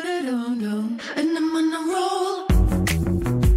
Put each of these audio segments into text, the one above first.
And I'm on a roll.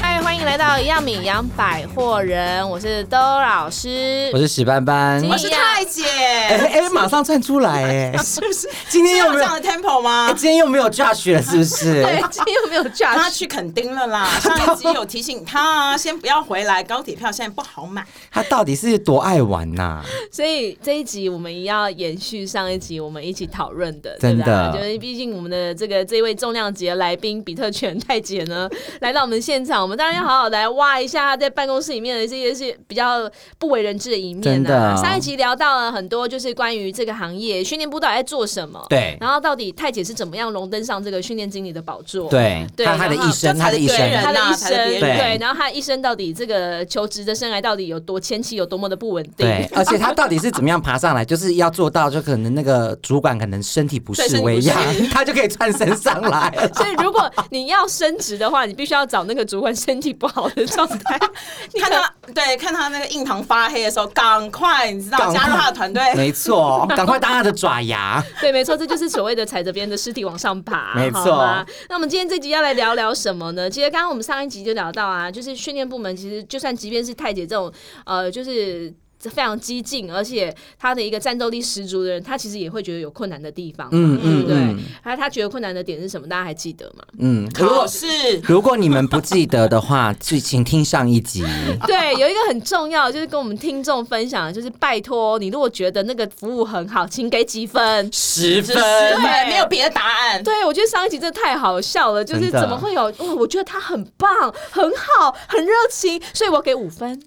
Hi，欢迎来到一样米阳百货人，我是兜老师我。是史班班，今我是太姐，哎哎，马上窜出来哎！是不是？今天是又有没这有哎样，的 tempo 吗？今天又没有 Josh 了，是不是？对，今天又没有 j 他 u 去垦丁了啦， 上一集有提醒他啊，先不要回来，高铁票现在不好买。他到底是多爱玩呐？所以这一集我们要延续上一集我们一起讨论的，真的对吧就是毕竟我们的这个这位重量级的来宾比特犬太姐呢，来到我们现场，我们当然要好好来挖一下她在办公室里面的这些是比较不为人知的一面啊真的上一集聊到了很多，就是关于这个行业训练部到底在做什么，对然后到底太姐是怎么样荣登上这个训练经理的宝座，。对，对他他的然后一生，他的一这才是对生人他的一他的生，别人对，然后他一生到底这个求职的生涯到底有多前期有多么的不稳定？对，而且他到底是怎么样爬上来？就是要做到，就可能那个主管可能身体不对身适体不为恙适， 他就可以窜升上来了。 所以如果你要升职的话，你必须要找那个主管身体不好的状态。 你可看他对，看他那个印堂发黑的时候，赶快你知道赶快加入他的团队。没错，赶快当他的爪牙。对，没错，这就是所谓的踩着别人的尸体往上爬，没好错吗那我们今天这集要来聊聊什么呢？其实刚刚我们上一集就聊到啊，就是训练部门其实就算即便是太姐这种呃，就是。非常激进，而且他的一个战斗力十足的人，他其实也会觉得有困难的地方嘛，嗯对不嗯对？嗯他他觉得困难的点是什么？大家还记得吗？嗯，如考果试如果你们不记得的话，就请听上一集。 对，有一个很重要，就是跟我们听众分享的，就是拜托你，如果觉得那个服务很好，请给几分。十只是分，对，没有别的答案。对，我觉得上一集真的太好笑了，就是真的怎么会有哇？我觉得他很棒，很好，很热情，所以我给五分。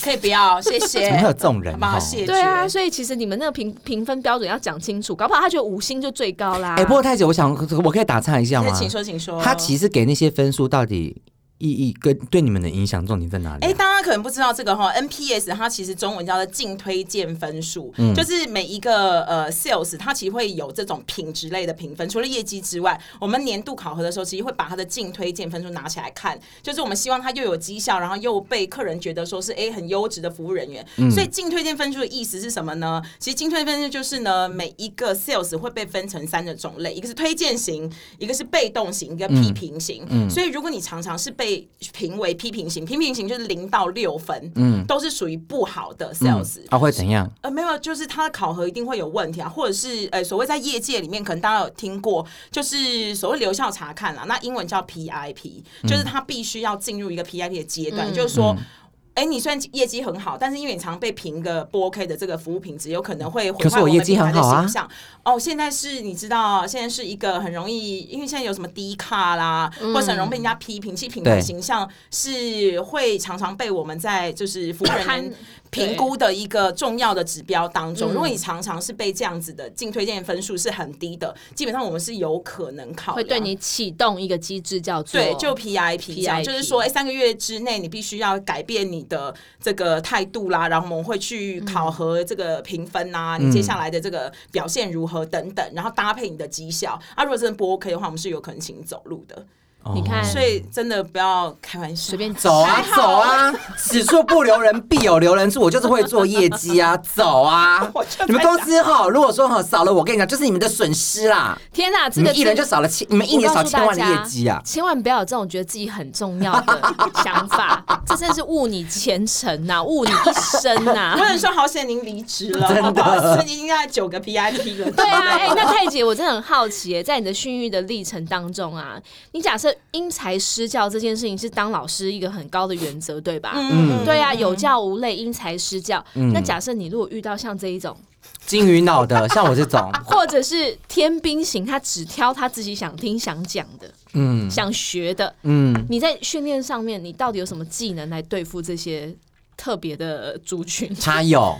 可以不要，谢怎么谢会。有这种人好？不好？哦谢谢。对啊，所以其实你们那个评评分标准要讲清楚，搞不好他觉得五星就最高啦。哎、不过太姐，我想我可以打岔一下那吗？哎请说，请说。他其实给那些分数到底意义跟对你们的影响重点在哪里、哎、啊？大家可能不知道这个哈，NPS 它其实中文叫做净推荐分数，就是每一个呃 sales 它其实会有这种品质类的评分，除了业绩之外，我们年度考核的时候其实会把它的净推荐分数拿起来看，就是我们希望它又有绩效，然后又被客人觉得说是哎、很优质的服务人员。所以净推荐分数的意思是什么呢？其实净推荐分数就是呢，每一个 sales 会被分成三个种类，一个是推荐型，一个是被动型，一个批评型。所以如果你常常是被评为批评型，批评型就是零到六分，嗯，都是属于不好的 sales。啊，会怎样？呃，没有，就是他的考核一定会有问题啊，或者是呃，所谓在业界里面，可能大家有听过，就是所谓留校查看啦，那英文叫 PIP，就是嗯他必须要进入一个 PIP 的阶段，就是说。哎、你虽然业绩很好，但是因为你常被评个不 OK 的这个服务品质，有可能会毁可是坏我们业绩品牌很的好啊形象。哦，现在是你知道，现在是一个很容易，因为现在有什么低卡啦，或者很容易被人家批评，其实品牌对形象是会常常被我们在就是服务人看员评估的一个重要的指标当嗯中。如果你常常是被这样子的净推荐分数是很低的，基本上我们是有可能考量会对你启动一个机制，叫做对，就 PIP 这样， PIP 就是说，哎、三个月之内你必须要改变你的这个态度啦，然后我们会去考核这个评分啦、嗯你接下来的这个表现如何等等，然后搭配你的绩效。啊，如果真的不 OK 的话，我们是有可能请你走路的。哦你看所以真的不要开玩嗯笑，随便走啊走啊，此处不留人，必有留人处。我就是会做业绩 啊，走啊我就在！你们公司哈，如果说哈少了我，跟你讲，就是你们的损失啦。天哪，这你个们一人就少了千，你们一年少千万的我告诉业大家绩啊！千万不要有这种觉得自己很重要的想 法，这真是误你前程呐、误你一生啊呐、 我只能说好险您离职 了，真的好不好是应该九个 PIP 了。对啊， 哎、那太姐，我真的很好奇、哎，在你的训育的历程当中啊，你假设因材施教这件事情是当老师一个很高的原则，对吧？嗯对啊，有教无类，因材施教。嗯那假设你如果遇到像这一种，金鱼脑的，像我这 种，或者是天兵型，他只挑他自己想听、想讲的、嗯想学的，嗯，你在训练上面，你到底有什么技能来对付这些特别的族 群？他有，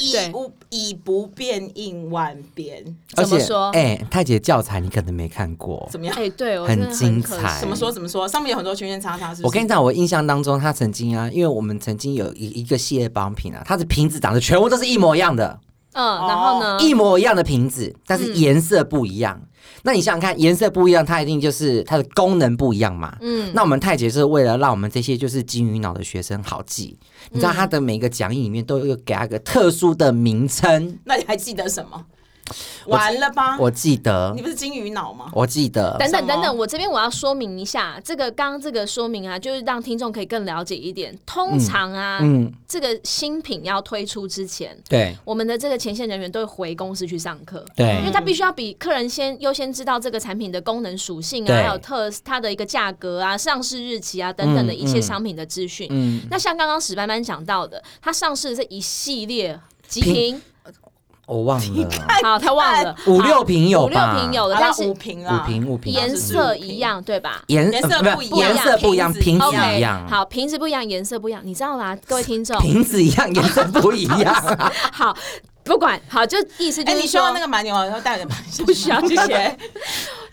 以对不以不变应万变，而怎么且说哎，太姐教材你可能没看过，怎么样？哎、对我很真的精可彩惜怎么说？怎么说？上面有很多圈圈叉叉，是不是？我跟你讲，我印象当中，他曾经啊，因为我们曾经有一一个系列帮品啊，它的瓶子长得全部都是一模一样的，嗯，然后呢？嗯一模一样的瓶子，但是颜色不一样。那你想想看，颜色不一样，它一定就是它的功能不一样嘛。嗯，那我们太极是为了让我们这些就是金鱼脑的学生好记，嗯你知道它的每个讲义里面都有给它一个特殊的名称，那你还记得什么？我完了啊吧？我记得你，不是金鱼脑吗？我记得，等什等么等等，我这边我要说明一下，这个刚刚这个说明啊，就是让听众可以更了解一点。通常啊，嗯，这个新品要推出之前，对我们的这个前线人员都会回公司去上课。因为对他必须要比客人先优先知道这个产品的功能属性啊，对还有特它的一个价格啊、上市日期啊等等的一嗯些嗯商品的资讯。嗯那像刚刚史班班讲到的，它上市的这一系列极品，我忘了，好，他忘了五六瓶有五六吧？瓶有了，好但啦，五是瓶啦，五瓶五瓶，啊颜是色五瓶一样，对吧？颜颜色呃不一不样颜色不一样，瓶瓶子子一一 OK，样，好，瓶子不一样，颜色不一样，你知道啦，各位听众，瓶子一样，颜色不一样。 好，不管好，就意思就哎、是你说说到那个蛮牛啊，然后带点蛮牛，。不需要谢谢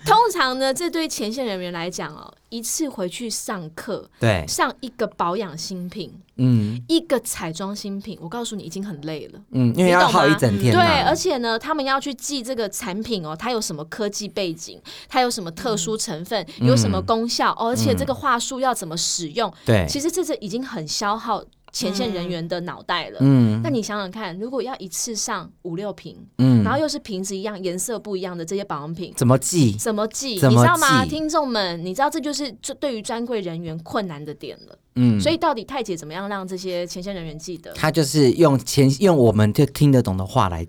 通常呢，这对前线人员来讲哦，一次回去上课对，上一个保养新品，嗯一个彩妆新品，我告诉你已经很累了。嗯，因为你要懂吗耗一整天啊对呐。，而且呢，他们要去记这个产品哦，它有什么科技背景，它有什么特殊成分，嗯有什么功效、哦，而且这个话术要怎么使用。对其实这是已经很消耗前线人员的脑袋了。嗯那你想想看，如果要一次上五六瓶，嗯然后又是瓶子一样、颜色不一样的这些保养品，怎么记？怎么记？怎么你知道吗，记听众们？你知道这就是这对于专柜人员困难的点了。嗯，所以到底太姐怎么样让这些前线人员记得？他就是用前用我们就听得懂的话来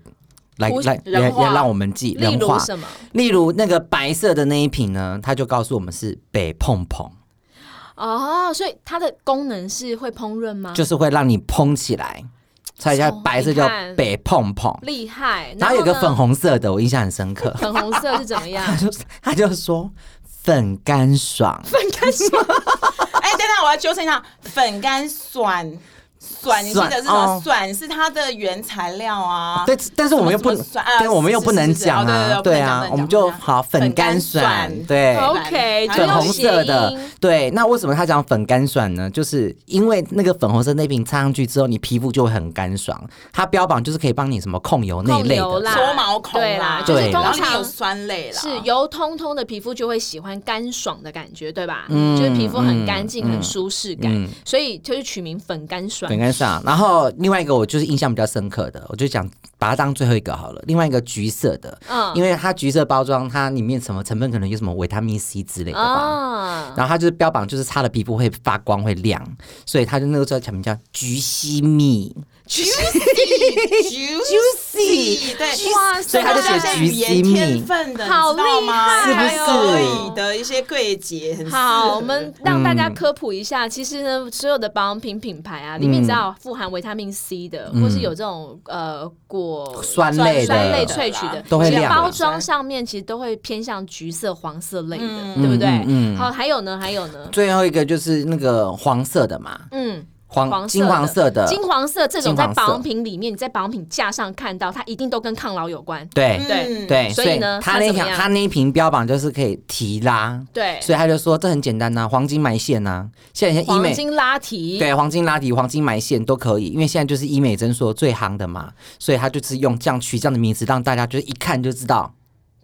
来胡来人来话来让我们记例人如话。什么？例如那个白色的那一瓶呢，他就告诉我们是北碰碰，啊哦，所以它的功能是会烹饪吗？就是会让你蓬起来。猜一下，哦白色你叫看北碰碰，厉害。然后有呢个粉红色的，我印象很深刻。粉红色是怎么样 他？就他就说粉干爽，哎、等等，我要纠正一下，粉干酸。酸，你记得是什么？哦酸是它的原材料啊。但但是我们又不什能么酸，啊但我们又是不能是是讲啊，哦对对对不能讲啊不能，讲我们就不能讲好粉干粉爽干，爽对，好 OK，还就粉有用红谐色的音，对。那为什么他讲粉干爽呢？就是因为那个粉红色那瓶擦上去之后，你皮肤就会很干爽。它标榜就是可以帮你什么控油那一类控油啦的，搓毛孔对啦就是然后通里面有常酸类啦，是油通通的皮肤就会喜欢干爽的感觉，对吧？就是皮肤很干净、嗯很舒适感，嗯所以就是取名粉干爽粉。干爽。然后另外一个我就是印象比较深刻的，我就讲把它当最后一个好了。另外一个橘色的，嗯因为它橘色包装，它里面什么成分可能有什么维他命 C 之类的哦吧。啊，然后它就是标榜，就是擦了皮肤会发光会亮，所以它就那个时候产品叫橘西蜜， juicy，juicy，对，哇所以他它就塞写是橘语言天蜜分的，好你知道吗？厉害哦是所不是以的一些柜姐很适合好，我们让大家科普一下，其实呢，所有的保养品品牌啊，里面只嗯要有富含维他命 C 的，或是有这种呃果酸类的酸类萃取的，都会其实亮包的装上面其实都会偏向橘色、黄色类的，嗯对不对嗯？嗯好，还有呢，还有呢，最后一个就是那个黄色的嘛，嗯，黄黄色金黄色的，金黄色这种呃金在黄色保养品里面，你在保养品架上看到，它一定都跟抗老有关。对对嗯对，所所以以呢它他那怎么条样他那一瓶标榜就是可以提拉，对，所以他就说这很简单呐、黄金埋线呐、现在医黄美金拉提，对黄金拉提、黄金埋线都可以，因为现在就是医美诊所最夯的嘛，所以他就是用这样取这样的名字，让大家就是一看就知道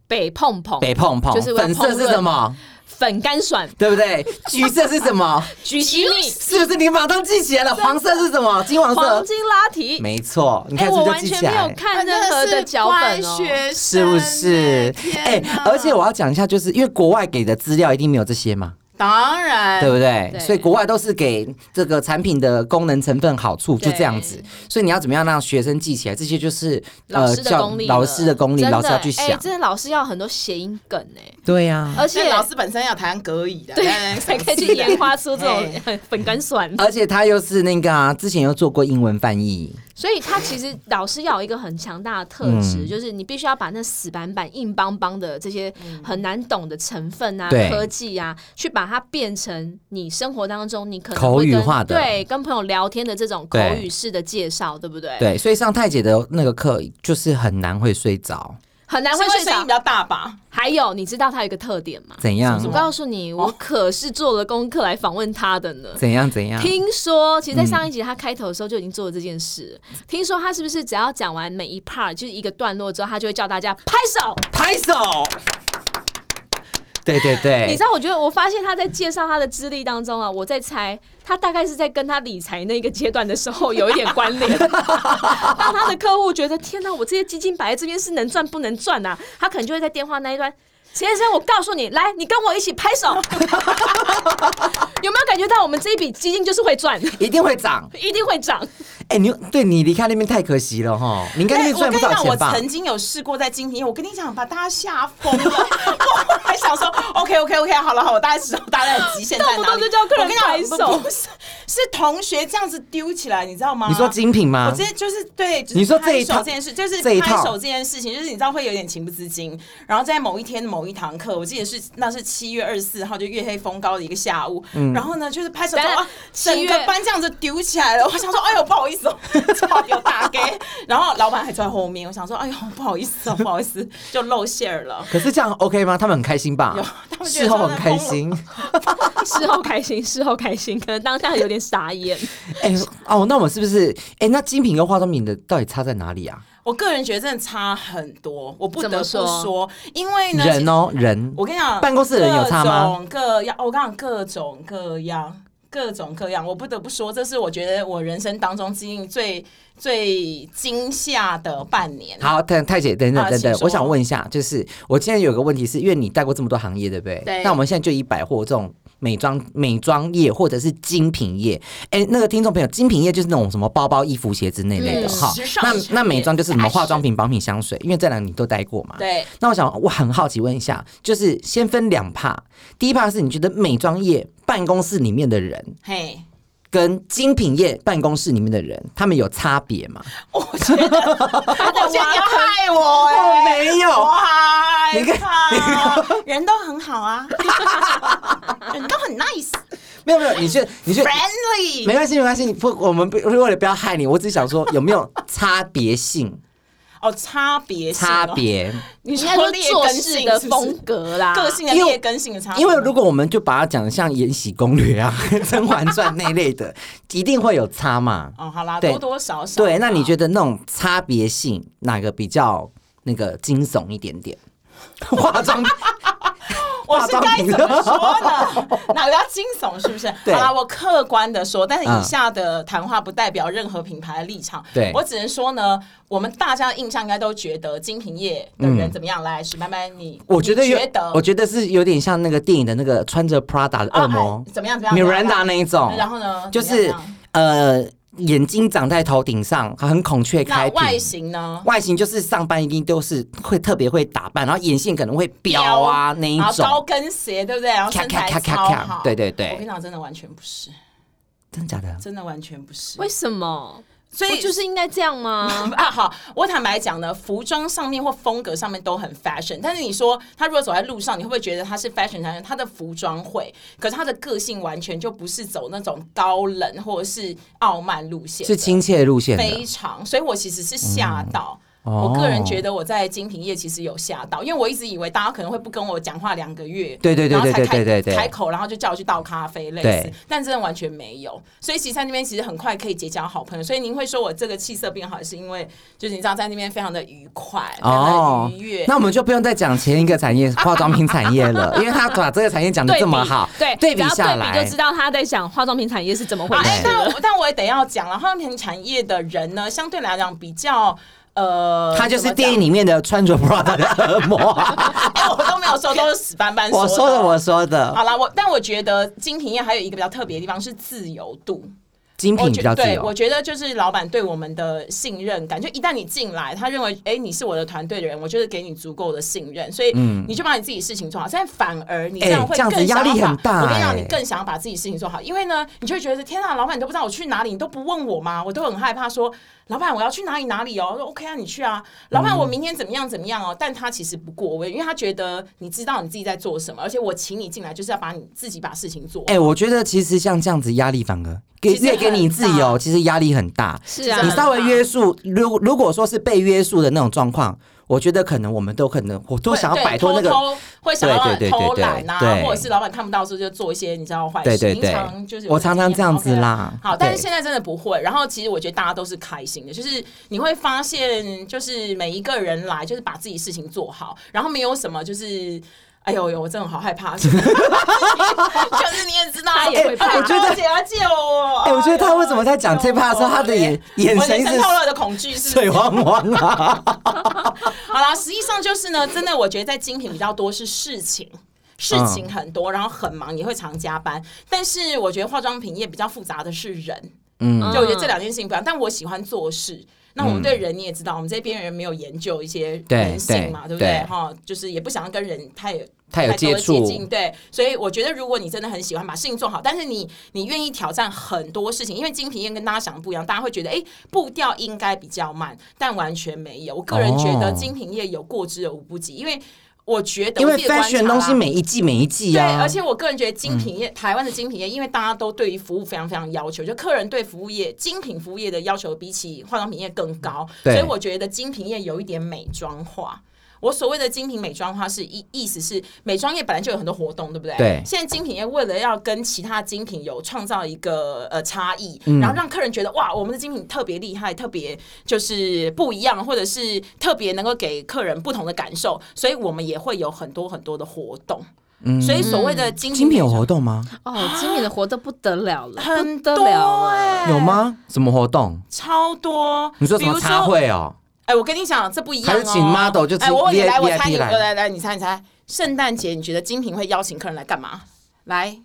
北碰碰，北碰碰，就是为了粉色碰是润什么，粉干爽，对不对？橘色是什么？橘西蜜，是不是你马上记起来了？黄色是什么？金黄黄色，金拉提。没错，你哎、看是我不完是就记全没起来呃有了。看任何的脚本哦。是不是？哎、而且我要讲一下，就是因为国外给的资料一定没有这些嘛，当然对不对？对所以国外都是给这个产品的功能、成分、好处，对就这样子。所以你要怎么样让学生记起来？这些就是呃老师的叫功力了，老师的功力，真老师要去哎想。真的老师要很多谐音梗哎、对呀、 而且那老师本身要谈格语的，对，但才可以去研发 出这种哎很粉干酸。而且他又是那个啊，之前又做过英文翻译， 所以他其实老师要有一个很强大的特质，嗯就是你必须要把那死板板、硬邦邦的这些很难懂的成分啊、对科技啊，去把它变成你生活当中你可能口会语跟化的对，跟朋友聊天的这种口对语式的介绍，对不对？，对，所以上太姐的那个课就是很难会睡着，很难是会因为睡声音着比。较大吧？还有，你知道他有一个特点吗？怎样我告诉你，我可是做了功课来访问他的呢。哦怎样嗯怎样，听说，其实，在上一集他开头的时候就已经做了这件事。听说他是不是只要讲完每一 part 就是一个段落之后，他就会叫大家拍手？拍手。对对对，你知道，我觉得我发现他在介绍他的资历当中啊，我在猜他大概是在跟他理财那个阶段的时候有一点关联。 当他的客户觉得天哪，我这些基金摆在这边是能赚不能赚啊，他可能就会在电话那一端。先生，我告诉你，来，你跟我一起拍手， 有没有感觉到我们这一笔基金就是会赚，一定会涨。一定会涨？哎、你对你离开那边太可惜了哈，你应该那哎边赚我跟你不少讲，我钱吧？曾经有试过在今天，我跟你讲，把大家吓疯了。 我还想说，OK OK OK，好了好了，我大概知道大家的极限在动不哪动里。就叫客人我跟你讲拍手不不是是同学这样子丢起来，你知道吗？你说精品吗啊我？直接就是对，就是、啊你说这一套这件事，就是这一拍套手这件事情，就是你知道会有点情不自禁。然后在某一天某一堂课，我记得是那是七月二十四号，就月黑风高的一个下午。嗯然后呢，就是拍手，等等哇， 7整月个班这样子丢起来了。我 想说，哎呦，不好意思哦，差点打给。然后老板还坐在后面，我想说，哎呦，不好意思哦，不好意思，就露馅儿了。可是这样 OK 吗？他们很开心吧有他？们觉事得后说很他开疯了心。事后开心，事后开心，可能当下有点傻眼。哎、哦，那我们是不是？哎、那精品跟化妆品的到底差在哪里啊？我个人觉得真的差很多，我不怎得么不说说，因为呢，人哦，人，我跟你讲，办公室的人有差吗各种各样，我跟你讲，各种各样，各种各样。我不得不说，这是我觉得我人生当中经历最最惊吓的半年。好，等太姐，等等啊等等请，说我想问一下，就是我现在有个问题是，因为你带过这么多行业，对不对？对那我们现在就以百货这种美妆美妆业或者是精品业，哎，那个听众朋友，精品业就是那种什么包包、衣服、鞋子那类的嗯哈时。尚那产业那美妆就是什么大事化妆品、保品、香水，因为这两个你都带过嘛。。对，那我想，我很好奇问一下，就是先分两帕，第一帕是你觉得美妆业办公室里面的人嘿，跟精品业办公室里面的人，他们有差别吗？我觉得他在挖害 我、哦，哎，没有，我害你怕，人都很好 啊，人都很 nice，friendly。没有没有，你去你去。没关系，没关系，不，我们不为了不要害你，我只想说有没有差别 性？哦，差别性差，哦别，你应该说说劣做根事性的是不是风格啦，个性的因为劣根性的差别吗，因为如果我们就把它讲的像《延禧攻略》啊、 《甄嬛传》那类的，一定会有差嘛。哦，好啦，对多多少少吧，对，那你觉得那种差别性哪个比较那个惊悚一点 点？化妆品我是该怎么说 呢？哪个要惊悚是不是？对好啦，我客观的说，但是以下的谈话不代表任何品牌的立场。对我只能说呢，我们大家的印象应该都觉得精品业的人怎么样？来，许班班，你我觉得你有觉得，我觉得是有点像那个电影的那个穿着 Prada 的恶魔啊哎，怎么样怎么样 Miranda 那一种。然后呢就怎么是样呃，眼睛长在头顶上，很孔雀那开屏。外形呢？外形就是上班一定都是会特别会打扮，然后眼线可能会飙啊那一然后高种，跟鞋，对不对？然后咔身材咔咔超咔咔好，对对对我跟你讲，真的完全不是，真假的？真的完全不是。为什么？所以不就是应该这样吗？啊，好，我坦白讲呢，服装上面或风格上面都很 fashion，但是你说他如果走在路上，你会不会觉得他是 fashion 男人？他的服装会，可是他的个性完全就不是走那种高冷或者是傲慢路线的，是亲切路线非的，常，所以我其实是吓到。哦我个人觉得我在精品业其实有吓到，因为我一直以为大家可能会不跟我讲话两个月，对对对然后才对对开对对对开口，然后就叫我去倒咖啡类对似，但真的完全没有。所以其实在那边其实很快可以结交好朋友，所以您会说我这个气色变好，是因为就是你知道在那边非常的愉快，非常哦的愉悦。那我们就不用再讲前一个产业化妆品产业 了，因为他把这个产业讲的对这么好，对对只比要下对比来就知，道他在讲化妆品产业是怎么回啊，哎、事但了。我但我也得要讲了，化妆品产业的人呢，相对来讲比较呃，他就怎是么电影讲。里面的穿着 Prada 的恶魔，啊 哎， 我都没有说，都是死板 板我说说的哦我说的，好啦，我但我觉得精品业还有一个比较特别的地方是自由度。精我品比觉较自对，我由，觉得就是老板对我们的信任感，就一旦你进来，他认为哎、诶你是我的团队的人，我就是给你足够的信任，所以你就把你自己事情做好。但反而你这样嗯哎会这样更子想要压力把很大我跟你讲，哎你更想要把自己事情做好，因为呢，你就会觉得天啊，老板你都不知道我去哪里，你都不问我吗？我都很害怕说，老板我要去哪里哪 里哦，我说 OK 啊，你去啊，老板我明天怎么样怎么样哦。但他其实不过问，因为他觉得你知道你自己在做什么，而且我请你进来就是要把你自己把事情做好。哎，我觉得其实像这样子压力反而给其实越给你很自由，大其实压力很大，是啊你，稍微约束，如如果说是被约束的那种状况，我觉得可能我们都可能，我都会想要对摆脱那个偷偷会想要对对对对偷懒对啊，对或者是老板看不到的时候就做一些你知道坏事。对对你对常就是有我常常这样子经验啦 OK 好，但是对现在真的不会。然后其实我觉得大家都是开心的，就是你会发现，就是每一个人来就是把自己事情做好，然后没有什么就是。哎呦呦，我真的好害怕， 就是你也知道，他也会怕哎我觉得姐要借我，哎哎、我觉得他为什么在讲这趴的时候，他的眼眼我神一直透露的恐惧是不水是汪汪 啊！好啦，实际上就是呢，真的，我觉得在精品比较多是事情。事情很多，然后很忙，也会常加班。但是我觉得化妆品业比较复杂的是人，嗯就我觉得这两件事情不一样。但我喜欢做事，那我们对人你也知道，我们这些边缘人没有研究一些嗯对人性嘛，对对不对？对哈，就是也不想要跟人太太有多接触接近，对。所以我觉得，如果你真的很喜欢把事情做好，但是你你愿意挑战很多事情，因为精品店跟大家想的不一样，大家会觉得哎步调应该比较慢，但完全没有。我个人觉得哦精品业有过之而无不及，因为我觉得因为我自己的观察 fashion 啦东西每一季每一季对，啊，而且我个人觉得精品业，台湾的精品业，因为大家都对于服务非常非常要求，就客人对服务业、精品服务业的要求比起化妆品业更高，所嗯对以我觉得精品业有一点美妆化。我所谓的精品美妆化是意意思是美妆业本来就有很多活动，对不对？对现在精品业为了要跟其他精品有创造一个呃差异，嗯然后让客人觉得哇，我们的精品特别厉害，特别就是不一样，或者是特别能够给客人不同的感受，所以我们也会有很多很多的活动。所以所谓的嗯精精品有美妆活动吗？哦，今年的活动不得了了，很不得了多了。哎、有？吗？什么活动？超多。你说什比么如茶？会哦？哎、我跟你讲，这不一样、还哦。是请 model 就直哎、我问你 VIP 来，我猜你，来我来来，你猜你猜，圣诞节你觉得精品会邀请客人来干嘛？来，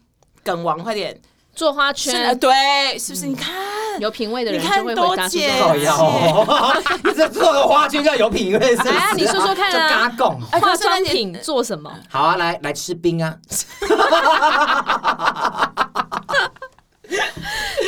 梗王，快点！做花是呃圈，对，是不是？你看，有品味的你人看就会多回答出啊姐这靠种腰话。哎哦， 你这做个花圈叫有品味是不是？来啊你说说看啊就嘎拱。哎化可是那妆些品做什么？好啊，来来吃冰啊！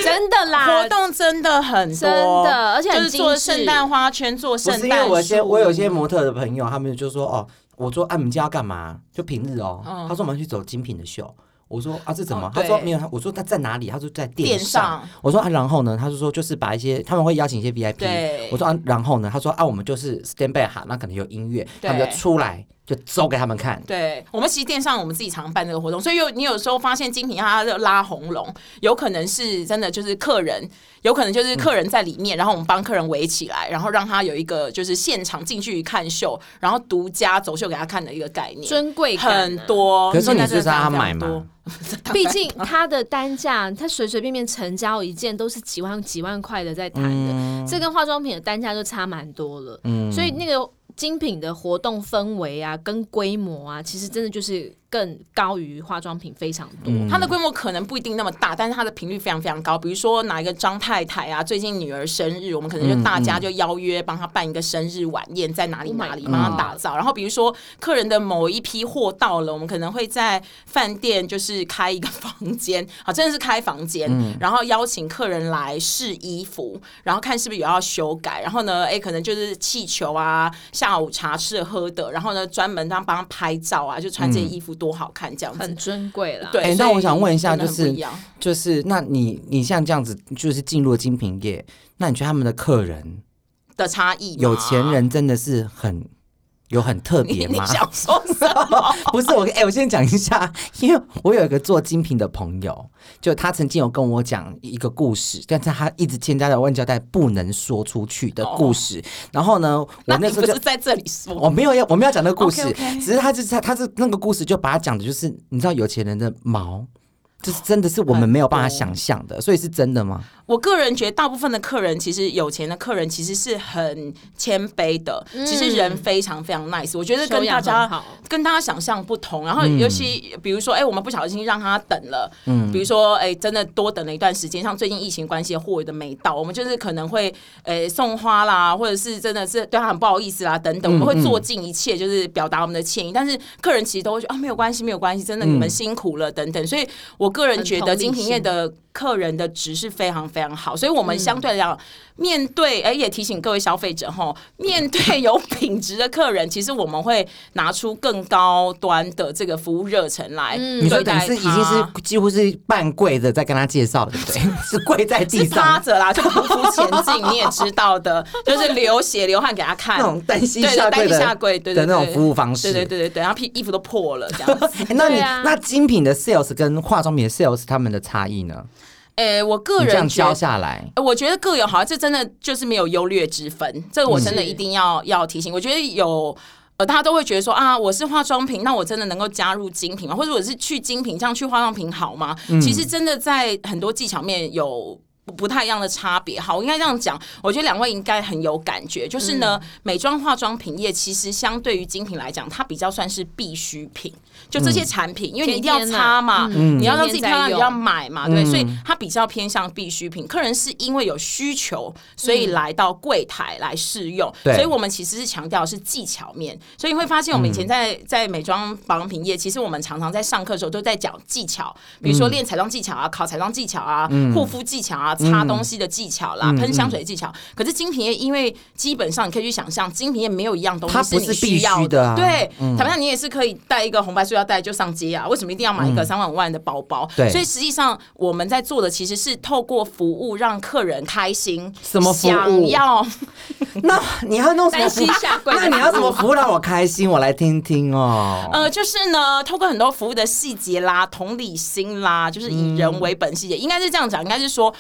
真的啦活，动真的很多，真的而且很就是做精致圣诞花圈，做不圣是因为诞我有些树，我有些模特的朋友，他们就说哦，我说啊，你们今天要干嘛？就平日哦。嗯他说我们要去走精品的秀。我说啊，这怎么？哦他对说没有，他我说他在哪里？他说在电电上我说啊，然后呢？他就说就是把一些他们会邀请一些 VIP 对。我说啊，然后呢？他说啊，我们就是 stand by 喊，那可能有音乐，对他们就出来就走给他们看。对我们其实店上我们自己常办这个活动，所以有你有时候发现精品它就拉红龙，有可能是真的就是客人，有可能就是客人在里面，然后我们帮客人围起来，然后让他有一个就是现场近距离看秀，然后独家走秀给他看的一个概念，尊贵感啊很。多。可是你现在是真的让他非常买多 吗？？毕竟它的单价，它随随便便成交一件都是几万几万块的在谈的，这跟化妆品的单价就差蛮多了。所以那个精品的活动氛围啊，跟规模啊，其实真的就是更高于化妆品非常多。它的规模可能不一定那么大，但是它的频率非常非常高。比如说哪一个张太太啊，最近女儿生日，我们可能就大家就邀约帮她办一个生日晚宴，在哪里 Oh my 哪里 God 帮她打造。然后比如说客人的某一批货到了，我们可能会在饭店就是开一个房间，啊，真的是开房间，然后邀请客人来试衣服，然后看是不是有要修改。然后呢，哎，可能就是气球啊，下午茶吃的喝的，然后呢专门让帮她拍照啊，就穿这些衣服多好看这样子很。尊贵啦，对哎那所以我想问一下真的就很是不一样就是，那你你像这样子，就是进入精品业，那你觉得他们的客人，的差异嘛，有钱人真的是很有很特别啊 你吗？想说什么？ 不是我，哎、我先讲一下，因为我有一个做精品的朋友，就他曾经有跟我讲一个故事，但是他一直欠家的万交代不能说出去的故事。然后呢，我那哦你时不候就是在这里说我没有要，我没有要讲那个故事 OK，OK 只是他就是他，他是那个故事就把它讲的，就是你知道有钱人的毛，就是真的是我们没有办法想象的，所以是真的吗？我个人觉得，大部分的客人其实有钱的客人其实是很谦卑的，其实人非常非常 nice。我觉得嗯修跟大养家很好。嗯跟大家想象不同。然后尤其比如说，哎、我们不小心让他等了，嗯，比如说，哎、真的多等了一段时间，像最近疫情关系，货有的没到，我们就是可能会，哎、送花啦，或者是真的是对他很不好意思啦，等嗯等，我们会做尽一切，就是表达我们的歉意。但是客人其实都会说啊，没有关系，没有关系，真的你们辛苦了，等等。所以我个人觉得很同理精品业心的。客人的值是非常非常好，所以我们相对来讲，面对哎、也提醒各位消费者 吼，面对有品质的客人，其实我们会拿出更高端的这个服务热忱来嗯你说对等于待是已经他是几乎是半跪的在跟他介绍，对不对？ 是跪在地是趴上着啦，就匍匐前进， 你也知道的，就是流血流汗给他看那，种单膝对下的，单跪膝的下跪，对的对那种对服务方式，对对对对对，然后屁衣服都破了这样 子。欸那你、对啊那精品的 sales 跟化妆品的 sales 他们的差异呢？哎，我个你这样人觉教得。下来， 呃我觉得各有好，这真的就是没有优劣之分，这个我真的一定要、要提醒。我觉得有。呃，大家都会觉得说啊，我是化妆品，那我真的能够加入精品吗？或者我是去精品，这样去化妆品好吗？其实真的在很多技巧面有。不不太一样的差别，好，我应该这样讲，我觉得两位应该很有感觉，就是呢，美妆化妆品业其实相对于精品来讲，它比较算是必需品，就这些产品，因为你一定要天天啊擦嘛，你要让自己漂亮，天天在用你要买嘛，嗯对，所以它比较偏向必需品。客人是因为有需求，所以来到柜台来试用，对所以我们其实是强调是技巧面，所以你会发现我嗯们以前在在美妆保养品业，其实我们常常在上课的时候都在讲技巧，嗯比如说练彩妆技巧啊，考彩妆技巧啊，护肤技巧啊，擦东西的技巧嗯啦，喷香水的技巧。可是精品业，因为基本上你可以去想象，精品业没有一样东它西不你是必需要须的啊对，坦白讲，你也是可以带一个红白塑料袋就上街啊，为什么一定要买一个三万五万的包包？嗯对所以实际上我们在做的其实是透过服务让客人开心，什么服务想要那你要弄什么担服务心？ 下跪的服那务，你要怎么服务让我开心？我来听听哦。呃，就是呢，透过很多服务的细节啦、同理心啦，就是以人为本嗯细节，应该是这样讲，应该是说。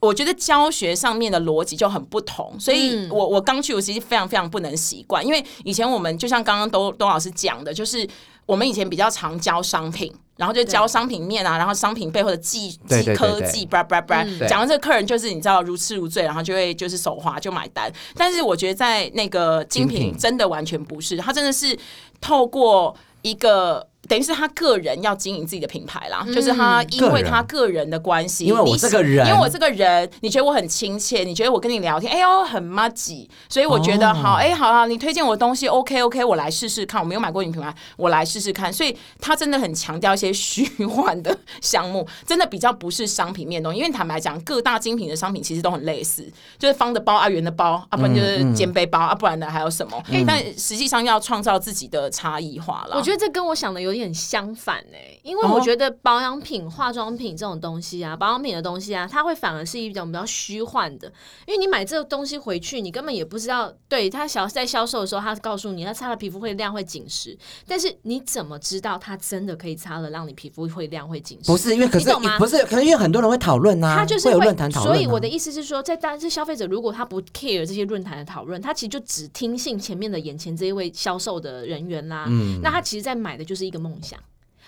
我觉得教学上面的逻辑就很不同，所嗯以我我刚去，我其实非常非常不能习惯，因为以前我们就像刚刚都东老师讲的，就是我们以前比较常教商品，然后就教商品面啊，然后商品背后的技对技对对科对嗯技，叭叭叭，对讲到这个客人就是你知道如痴如醉，然后就会就是手滑就买单，但是我觉得在那个精精品品真的完全不是，他真的是透过一个。等于是他个人要经营自己的品牌啦，就是他因为他个人的关系，因为我你这个人因为我这个人，你觉得我很亲切，你觉得我跟你聊天，哎呦很妈几，所以我觉得、哦好，哎好啊，你推荐我东西，OK OK，我来试试看，我没有买过你品牌，我来试试看，所以他真的很强调一些虚幻的项目，真的比较不是商品面的东西，因为坦白讲，各大精品的商品其实都很类似，就是方的包啊，圆的包啊，不然就是嗯肩背包、啊，不然的还有什么，但实际上要创造自己的差异化啦。我觉得这跟我想的有点相反哎、因哦为我觉得保养品、化妆品这种东西啊，保养品的东西啊，它会反而是一种比较虚幻的，因为你买这个东西回去，你根本也不知道，对它小在销售的时候，它告诉你它擦了皮肤会亮会紧实，但是你怎么知道它真的可以擦了让你皮肤会亮会紧实？不是因为，可你是懂吗不是，可能因为很多人会讨论呐，他就是啊会有论坛讨论啊。所以我的意思是说，在但是消费者如果他不 care 这些论坛的讨论，他其实就只听信前面的眼前这一位销售的人员啦。嗯那他其实在买的就是一个梦想。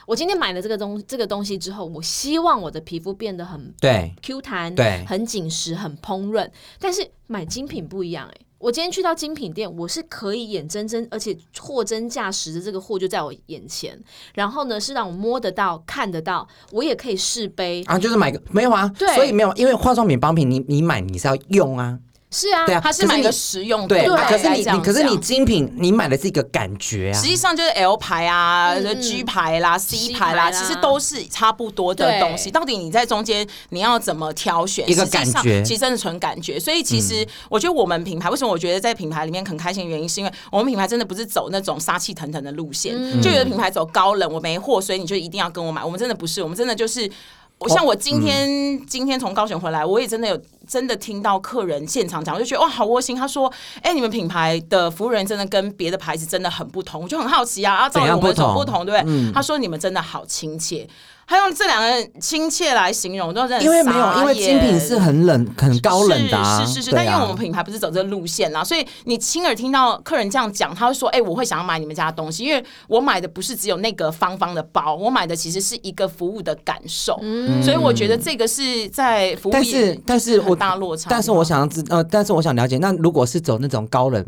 我今天买了这个东这个东西之后，我希望我的皮肤变得很对 Q 弹，对很紧实，很烹饪。但是买精品不一样哎、我今天去到精品店，我是可以眼睁睁，而且货真价实的这个货就在我眼前，然后呢是让我摸得到、看得到，我也可以试杯。啊，就是买个没有啊，对所以没有，因为化妆品、保养品，你你买你是要用啊，是啊，对啊，他是买可一个你实用的，对，对啊可是应该你这样你可是你讲精品，你买的是一个感觉啊实，际上就是 L 牌啊、嗯 G 牌啦、C 牌牌啦啦，其实都是差不多的对东西。到底你在中间你要怎么挑选？一个实际上感觉其实真的纯感觉。所以其实我觉得我们品牌为什么我觉得在品牌里面很开心的原因，是因为我们品牌真的不是走那种杀气腾腾的路线，嗯就有的品牌走高冷，我没货，所以你就一定要跟我买。我们真的不是，我们真的就是。我哦哦像我今天、嗯今天从高雄回来，我也真的有真的听到客人现场讲，我就觉得哇好窝心。他说：“哎、你们品牌的服务人员真的跟别的牌子真的很不同。”我就很好奇啊，啊，到底我们有什怎样不么不同嗯同，对不对？他说：“你们真的好亲切。”他用这两个人亲切来形容，我都真的因为没有，傻因为精品眼是很冷、很高冷的啊，是是是是，对但因为啊我们品牌不是走这个路线啦，所以你亲耳听到客人这样讲，他会说：“哎、我会想要买你们家的东西，因为我买的不是只有那个方方的包，我买的其实是一个服务的感受。所以我觉得这个是在服务业，嗯但是但是我很大落差。但是我想要知呃，但是我想了解，那如果是走那种高冷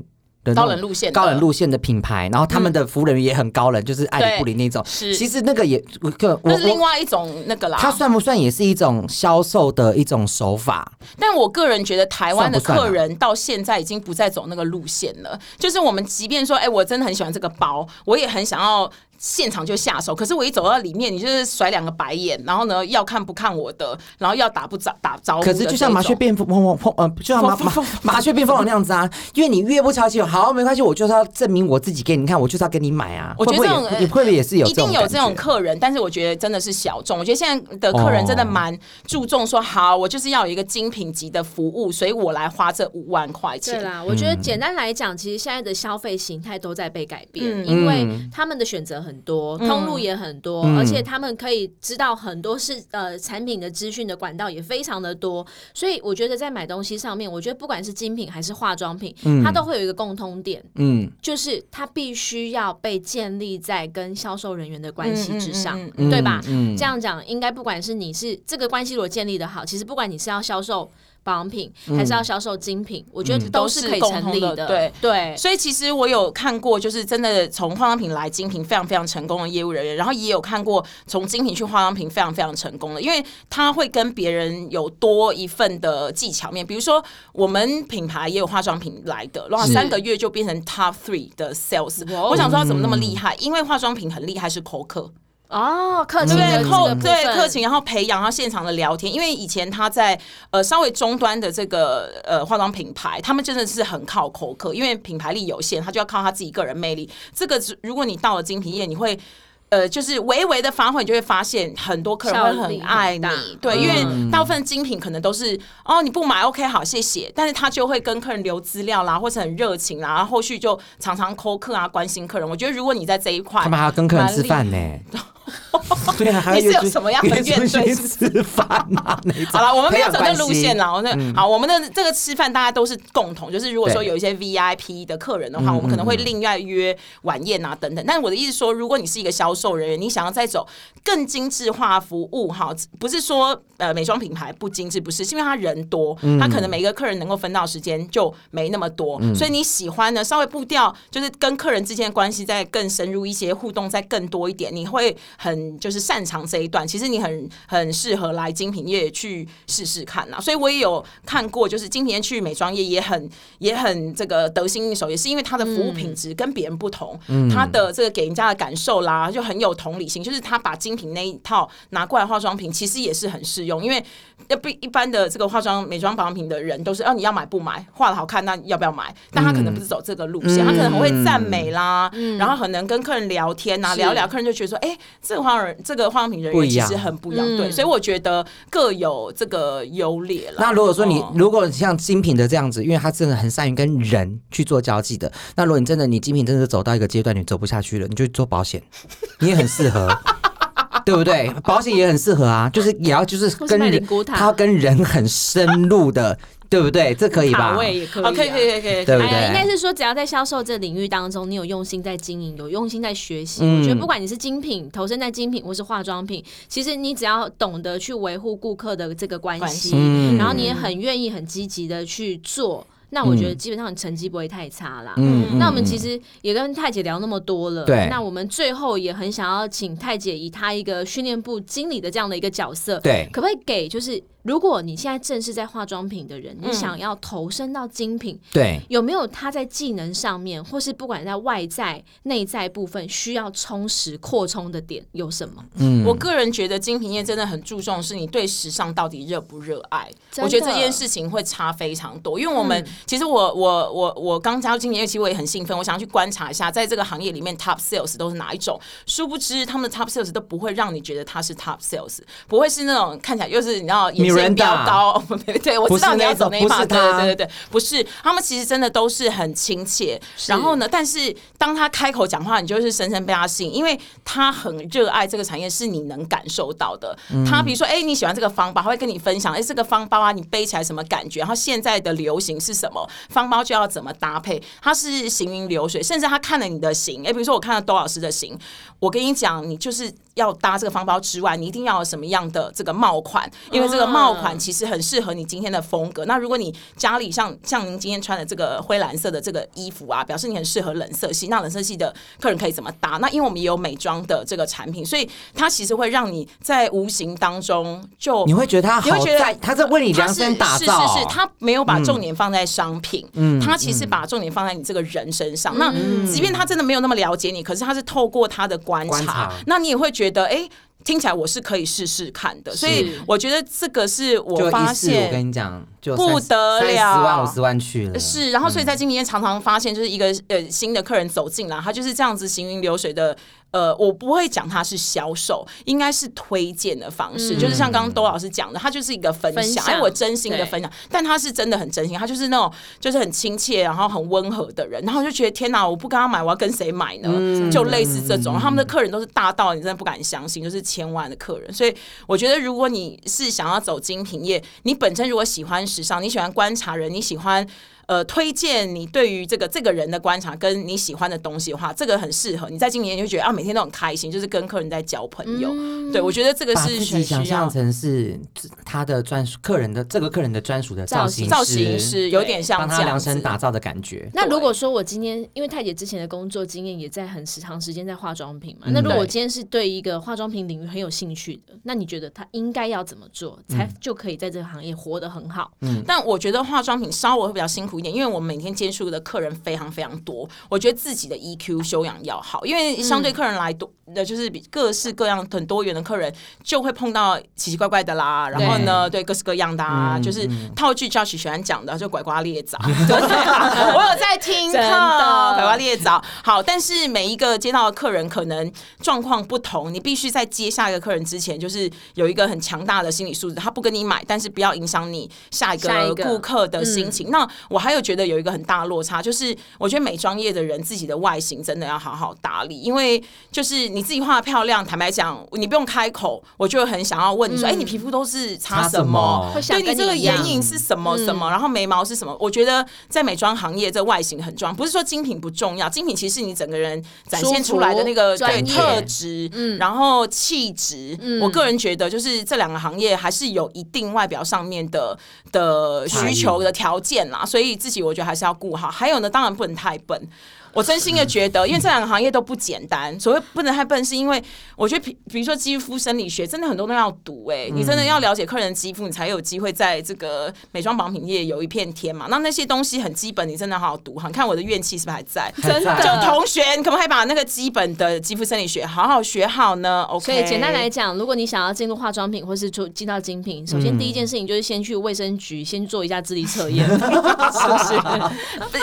的那种高冷路线的高冷路线的品牌，然后他们的服务人员也很高冷，就是爱理不理那种，是其实那个也我个我那是另我。外一种那个啦。它算不算也是一种销售的一种手法？但我个人觉得，台湾的算不算客啊人到现在已经不再走那个路线了。就是我们即便说，哎、我真的很喜欢这个包，我也很想要现场就下手。可是我一走到里面，你就是甩两个白眼，然后呢，要看不看我的，然后要打不招打哦招呼的可这种。是就像麻雀变凤凰，凤呃，就像麻麻麻雀变凤凰那样子啊，因为你越不瞧起我，好没关系，我就是要证明我自己给你看，我就是要给你买啊。我觉得会不这会种也你会不会也是有一定有这种感觉客人，但是我觉得真的是小众。我觉得现在的客人真的哦蛮注重说，好，我就是要有一个精品级的服务，所以我来花这五万块对钱。嗯啦，我觉得简单来讲，其实现在的消费形态都在被改变，因为他们的选择很多，通路也很多，而且他们可以知道很多是呃产品的资讯的管道也非常的多，所以我觉得在买东西上面，我觉得不管是精品还是化妆品，它都会有一个共通点，嗯，就是它必须要被建立在跟销售人员的关系之上，嗯嗯嗯对吧？嗯这样讲，应该不管是你是这个关系如果建立的好，其实不管你是要销售保养品嗯还是要销售精品，我觉得都是可以成立都是共同的对对，所以其实我有看过，就是真的从化妆品来精品非常非常成功的业务人员，然后也有看过从精品去化妆品非常非常成功的，因为他会跟别人有多一份的技巧面。比如说我们品牌也有化妆品来的，然后三个月就变成 top three 的 sales。哇哦我想说他怎么那么厉害？因为化妆品很厉害是口渴。嗯哦，客情的对，这扣个部对分客情，然后培养，然后现场的聊天。因为以前他在呃稍微终端的这个呃化妆品牌，他们真的是很靠口渴，因为品牌力有限，他就要靠他自己个人魅力。这个如果你到了精品业，你会。呃，就是微微的发挥，你就会发现很多客人会效很益爱很你大，对，因嗯为大部分精品可能都是哦，你不买，OK，好，谢谢，但是他就会跟客人留资料啦，或是很热情啦，然后后续就常常扣客啊，关心客人。我觉得如果你在这一块，他们还要跟客人吃饭呢、 对啊，还要你是约有出什么样的约出怨去怼吃饭 啊？那种好了，我们没有走培养这关路线系嗯啦。我那、好，我们的这个吃饭大家都是共同，就是如果说有一些 VIP 的客人的嗯话，我们可能会另外约晚宴啊等等。但我的意思说，如果你是一个销售人员，你想要再走更精致化服务哈，不是说呃美妆品牌不精致，不是，是因为他人多，嗯他可能每一个客人能够分到时间就没那么多，所以你喜欢呢稍微步调就是跟客人之间的关系再更深入一些，互动再更多一点，你会很就是擅长这一段。其实你很很适合来精品业去试试看啊啦。所以我也有看过，就是精品业去美妆业也很也很这个得心应手，也是因为它的服务品质跟别人不同，它的这个给人家的感受啦，就很有同理心。就是他把精品那一套拿过来化妆品，其实也是很适用，因为要不一般的这个化妆美妆保养品的人都是，哦、你要买不买，画的好看，那要不要买？但他可能不是走这个路线，他可能很会赞嗯美啦，然后很能跟客人聊天呐、是聊一聊，客人就觉得说，哎、这个化妆人，这个化妆品人不员一其样实很不一样，嗯对，所以我觉得各有这个优劣啦。那如果说你哦如果像精品的这样子，因为他真的很善于跟人去做交际的，那如果你真的你精品真的走到一个阶段，你走不下去了，你就做保险，你也很适 合。对不对？保险也很适合啊，就是也要就是或是跟卖人灵骨，塔他要跟人很深入的，对不对？这可以吧卡？位也可以、啊，哦，可以可以可以可以，对不哎对呀，应该是说，只要在销售这领域当中，你有用心在经营，有用心在学习。嗯我觉得不管你是精品投身在精品，或是化妆品，其实你只要懂得去维护顾客的这个关关系系，嗯然后你也很愿意、很积极的去做，那我觉得基本上你成绩不会太差啦。嗯那我们其实实也跟太姐聊那么多了，对那我们最后也很想要请太姐以她一个训练部经理的这样的一个角色，对可不可以给就是，如果你现在正是在化妆品的人，你想要投身到精品，对，有没有他在技能上面，或是不管在外在、内在部分需要充实、扩充的点有什么？嗯我个人觉得精品业真的很注重是你对时尚到底热不热爱。真的嗯我觉得这件事情会差非常多，因为我们、其实我我我我刚加入精品业，其实我也很兴奋，我想要去观察一下，在这个行业里面 top sales 都是哪一种。殊不知他们的 top sales 都不会让你觉得他是 top sales，不会是那种看起来就是你知道眼线 Miranda 比较高， 对我知道你要走那一不把，是对那种对对对，不是他们其实真的都是很亲切。然后呢，但是当他开口讲话，你就是深深被他吸引，因为他很热爱这个产业，是你能感受到的。他比如说，哎、你喜欢这个方包，他会跟你分享，哎、这个方包啊，你背起来什么感觉？然后现在的流行是什么？方包就要怎么搭配？他是行云流水，甚至他看了你的型，哎、比如说我看了窦老师的型，我跟你讲，你就是要搭这个方包之外，你一定要有什么样的这个帽款，因为这个帽嗯款其实很适合你今天的风格。那如果你家里像像您今天穿的这个灰蓝色的这个衣服啊，表示你很适合冷色系。那冷色系的客人可以怎么搭？那因为我们也有美妆的这个产品，所以它其实会让你在无形当中就你会觉得他你会啊好觉得在，他在为你他量是身打造嗯哦，是是是，他没有把重点放在商品，他其实把重点放在你这个人身上。那即便他真的没有那么了解你，可是他是透过他的观察，嗯观察那你也会觉得，哎、听起来我是可以试试看的。所以我觉得这个是我就发一次，我现。跟你讲，就不得三十了万五十万去了，是，嗯呃然后所以在经理业常常发现，就是一个呃新的客人走进来，他就是这样子行云流水的呃，我不会讲它是销售，应该是推荐的方嗯式，就是像刚刚兜老师讲的，它就是一个分分享，享哎，我真心的对分享，但他是真的很真心，他就是那种就是很亲切，然后很温和的人，然后我就觉得天哪，我不跟他买，我要跟谁买呢？就类似这种，他们的客人都是大到你真的不敢相信，就是千万的客人，所以我觉得如果你是想要走精品业，你本身如果喜欢时尚，你喜欢观察人，你喜欢。呃，推荐你对于这个这个人的观察跟你喜欢的东西的话，这个很适合你在今年就会觉得啊，每天都很开心，就是跟客人在交朋友。对我觉得这个把是自己很想需要象成是他的专属客人的这个客人的专属的造型造型师，有点像帮这他样量子身打造的感觉。那对如果说我今天，因为太姐之前的工作经验也在很长时间在化妆品嘛，那如果我对今天是对一个化妆品领域很有兴趣的，那你觉得他应该要怎么做，才就可以在这个行业活得很好？ 但我觉得化妆品稍微会比较辛苦一点，因为我们每天接触的客人非常非常多，我觉得自己的 EQ 修养要好，因为相对客人来多，呃、就是比各式各样很多元的客人，就会碰到奇奇怪怪的啦，然后呢，对各式各样的啊，就是套句 Josh 喜欢讲的，就拐瓜裂枣， 对啊我有在听 课，真的拐瓜裂枣。好，但是每一个接到的客人可能状况不同，你必须在接下一个客人之前，就是有一个很强大的心理素质，他不跟你买，但是不要影响你下一下一个个顾客的心情。那我还有觉得有一个很大的落差，就是我觉得美妆业的人自己的外形真的要好好打理，因为就是你自己画的漂亮，坦白讲，你不用开口，我就会很想要问嗯你说，哎、你皮肤都是擦擦什什么么？会想对跟这个一样嗯眼影是什么什么，然后眉毛是什么？我觉得在美妆行业，这外形很重要，不是说精品不重要，精品其实是你整个人展现出来的那个舒服对专业嗯特质，然后气质。我个人觉得，就是这两个行业还是有一定外表上面的的需求的条件啦，所以自己我觉得还是要顾好。还有呢，当然不能太笨。我真心的觉得，因为这两个行业都不简嗯单。所谓不能太笨，是因为我觉得，比比如说肌肤生理学，真的很多都要读、欸。嗯你真的要了解客人的肌肤，你才有机会在这个美妆保养品业有一片天嘛。那那些东西很基本，你真的好好读哈。你看我的怨气是不是还 在？真的就同学，你可不可以把那个基本的肌肤生理学好好学好呢？OK，所以简单来讲，如果你想要进入化妆品或是出进到精品，首先第一件事情就是先去卫生局先做一下智力测验，是不是？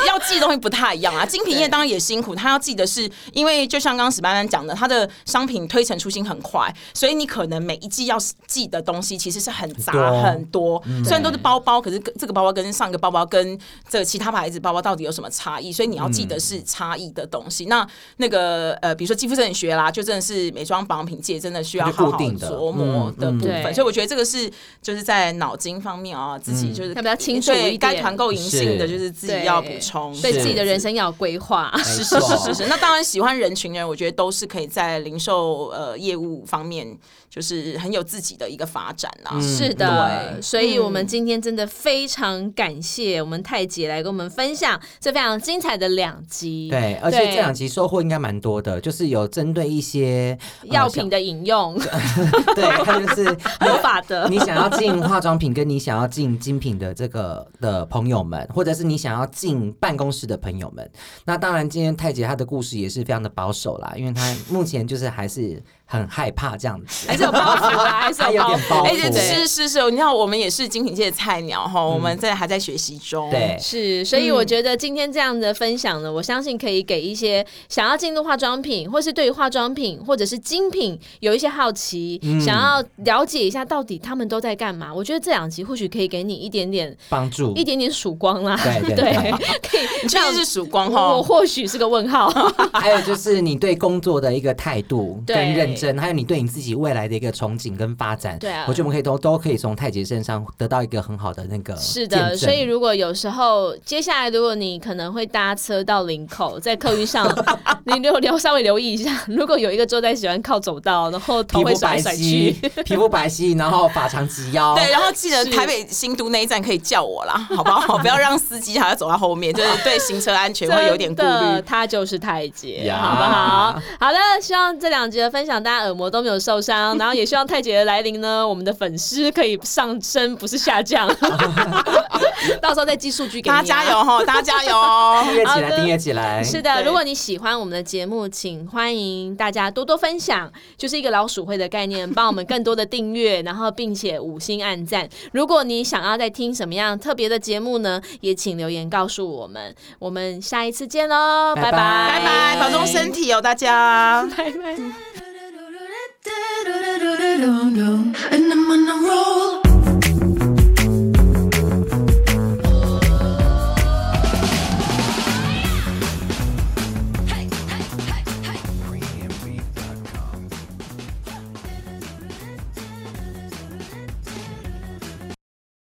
要记的东西不太一样啊。精品业当然也辛苦，他要记的是，因为就像刚刚史班班讲的，他的商品推陈出新很快，所以你可能每一季要记的东西其实是很杂很多很多。虽然都是包包，可是跟这个包包跟上个包包跟这个其他牌子包包到底有什么差异？所以你要记得是差异的东西。那那个呃，比如说肌肤生理学啦，就真的是美妆保养品界真的需要好好固定的琢磨的嗯嗯部分。对所以我觉得这个是就是在脑筋方面啊，自己就是要不要清楚对一点该团购银杏的是就是自己要补充，对是自己的人生要有规划。是是是是是，那当然喜欢人群的人，我觉得都是可以在零售呃业务方面，就是很有自己的一个发展啊啦。嗯是的，所以我们今天真的非常感谢我们太姐来跟我们分享这非常精彩的两集。对，而且对这两集收获应该蛮多的，就是有针对一些呃药品的饮用，像 对，它就是合法 的。你想要进化妆品，跟你想要进精品的这个的朋友们，或者是你想要进办公室的朋友们，那当然，今天太姐她的故事也是非常的保守啦，因为她目前就是还是很害怕这样 子，还是有包袱啊，还是她有 包点袱。包哎，袱，这是是是，你看我们也是精品界的菜鸟哈，我们在还在学习中。对，是，所以我觉得今天这样的分享呢，我相信可以给一些想要进入化妆品，或是对于化妆品或者是精品有一些好奇，嗯想要了解一下到底他们都在干嘛。我觉得这两集或许可以给你一点点、帮助一点点曙光啦。哦 对对可以你确定是曙光我哈？或许是个问 号。还有就是你对工作的一个态度对跟认真，还有你对你自己未来的一个憧憬跟发展，对啊我觉得我们可以都都可以从太姐身上得到一个很好的那个是见的，证所以如果有时候接下来，如果你可能会搭车到林口，在客运 上，你留留稍微留意一下，如果有一个坐在喜欢靠走道，然后头皮会肤甩来白甩去， 皙，皮肤白皙，然后发长及腰，对，然后记得是台北新都那一站可以叫我 啦，好不好？不要让司机还要走到后面，就是对行车安全会有点顾真的虑。他就是太姐，呀好不好？好了，希望这两集的分享，大家耳膜都没有受 伤，然后也希望太 姐的来临呢，我们的粉丝可以上升，不是下降。到时候再寄数据给你、大啊。家加油哈，大家加油哦！ 订阅起好来，的订阅起来。是的，对如果你喜欢我们的节目，请欢迎大家多多分享，就是一个老鼠会的概念，帮我们更多的订阅，然后并且五星按赞。如果你想要再听什么样特别的节目呢，也请留言告诉我们。我们下一次见喽，拜拜拜 拜拜，保重身体哦，大家。拜拜。 And I'm on a roll.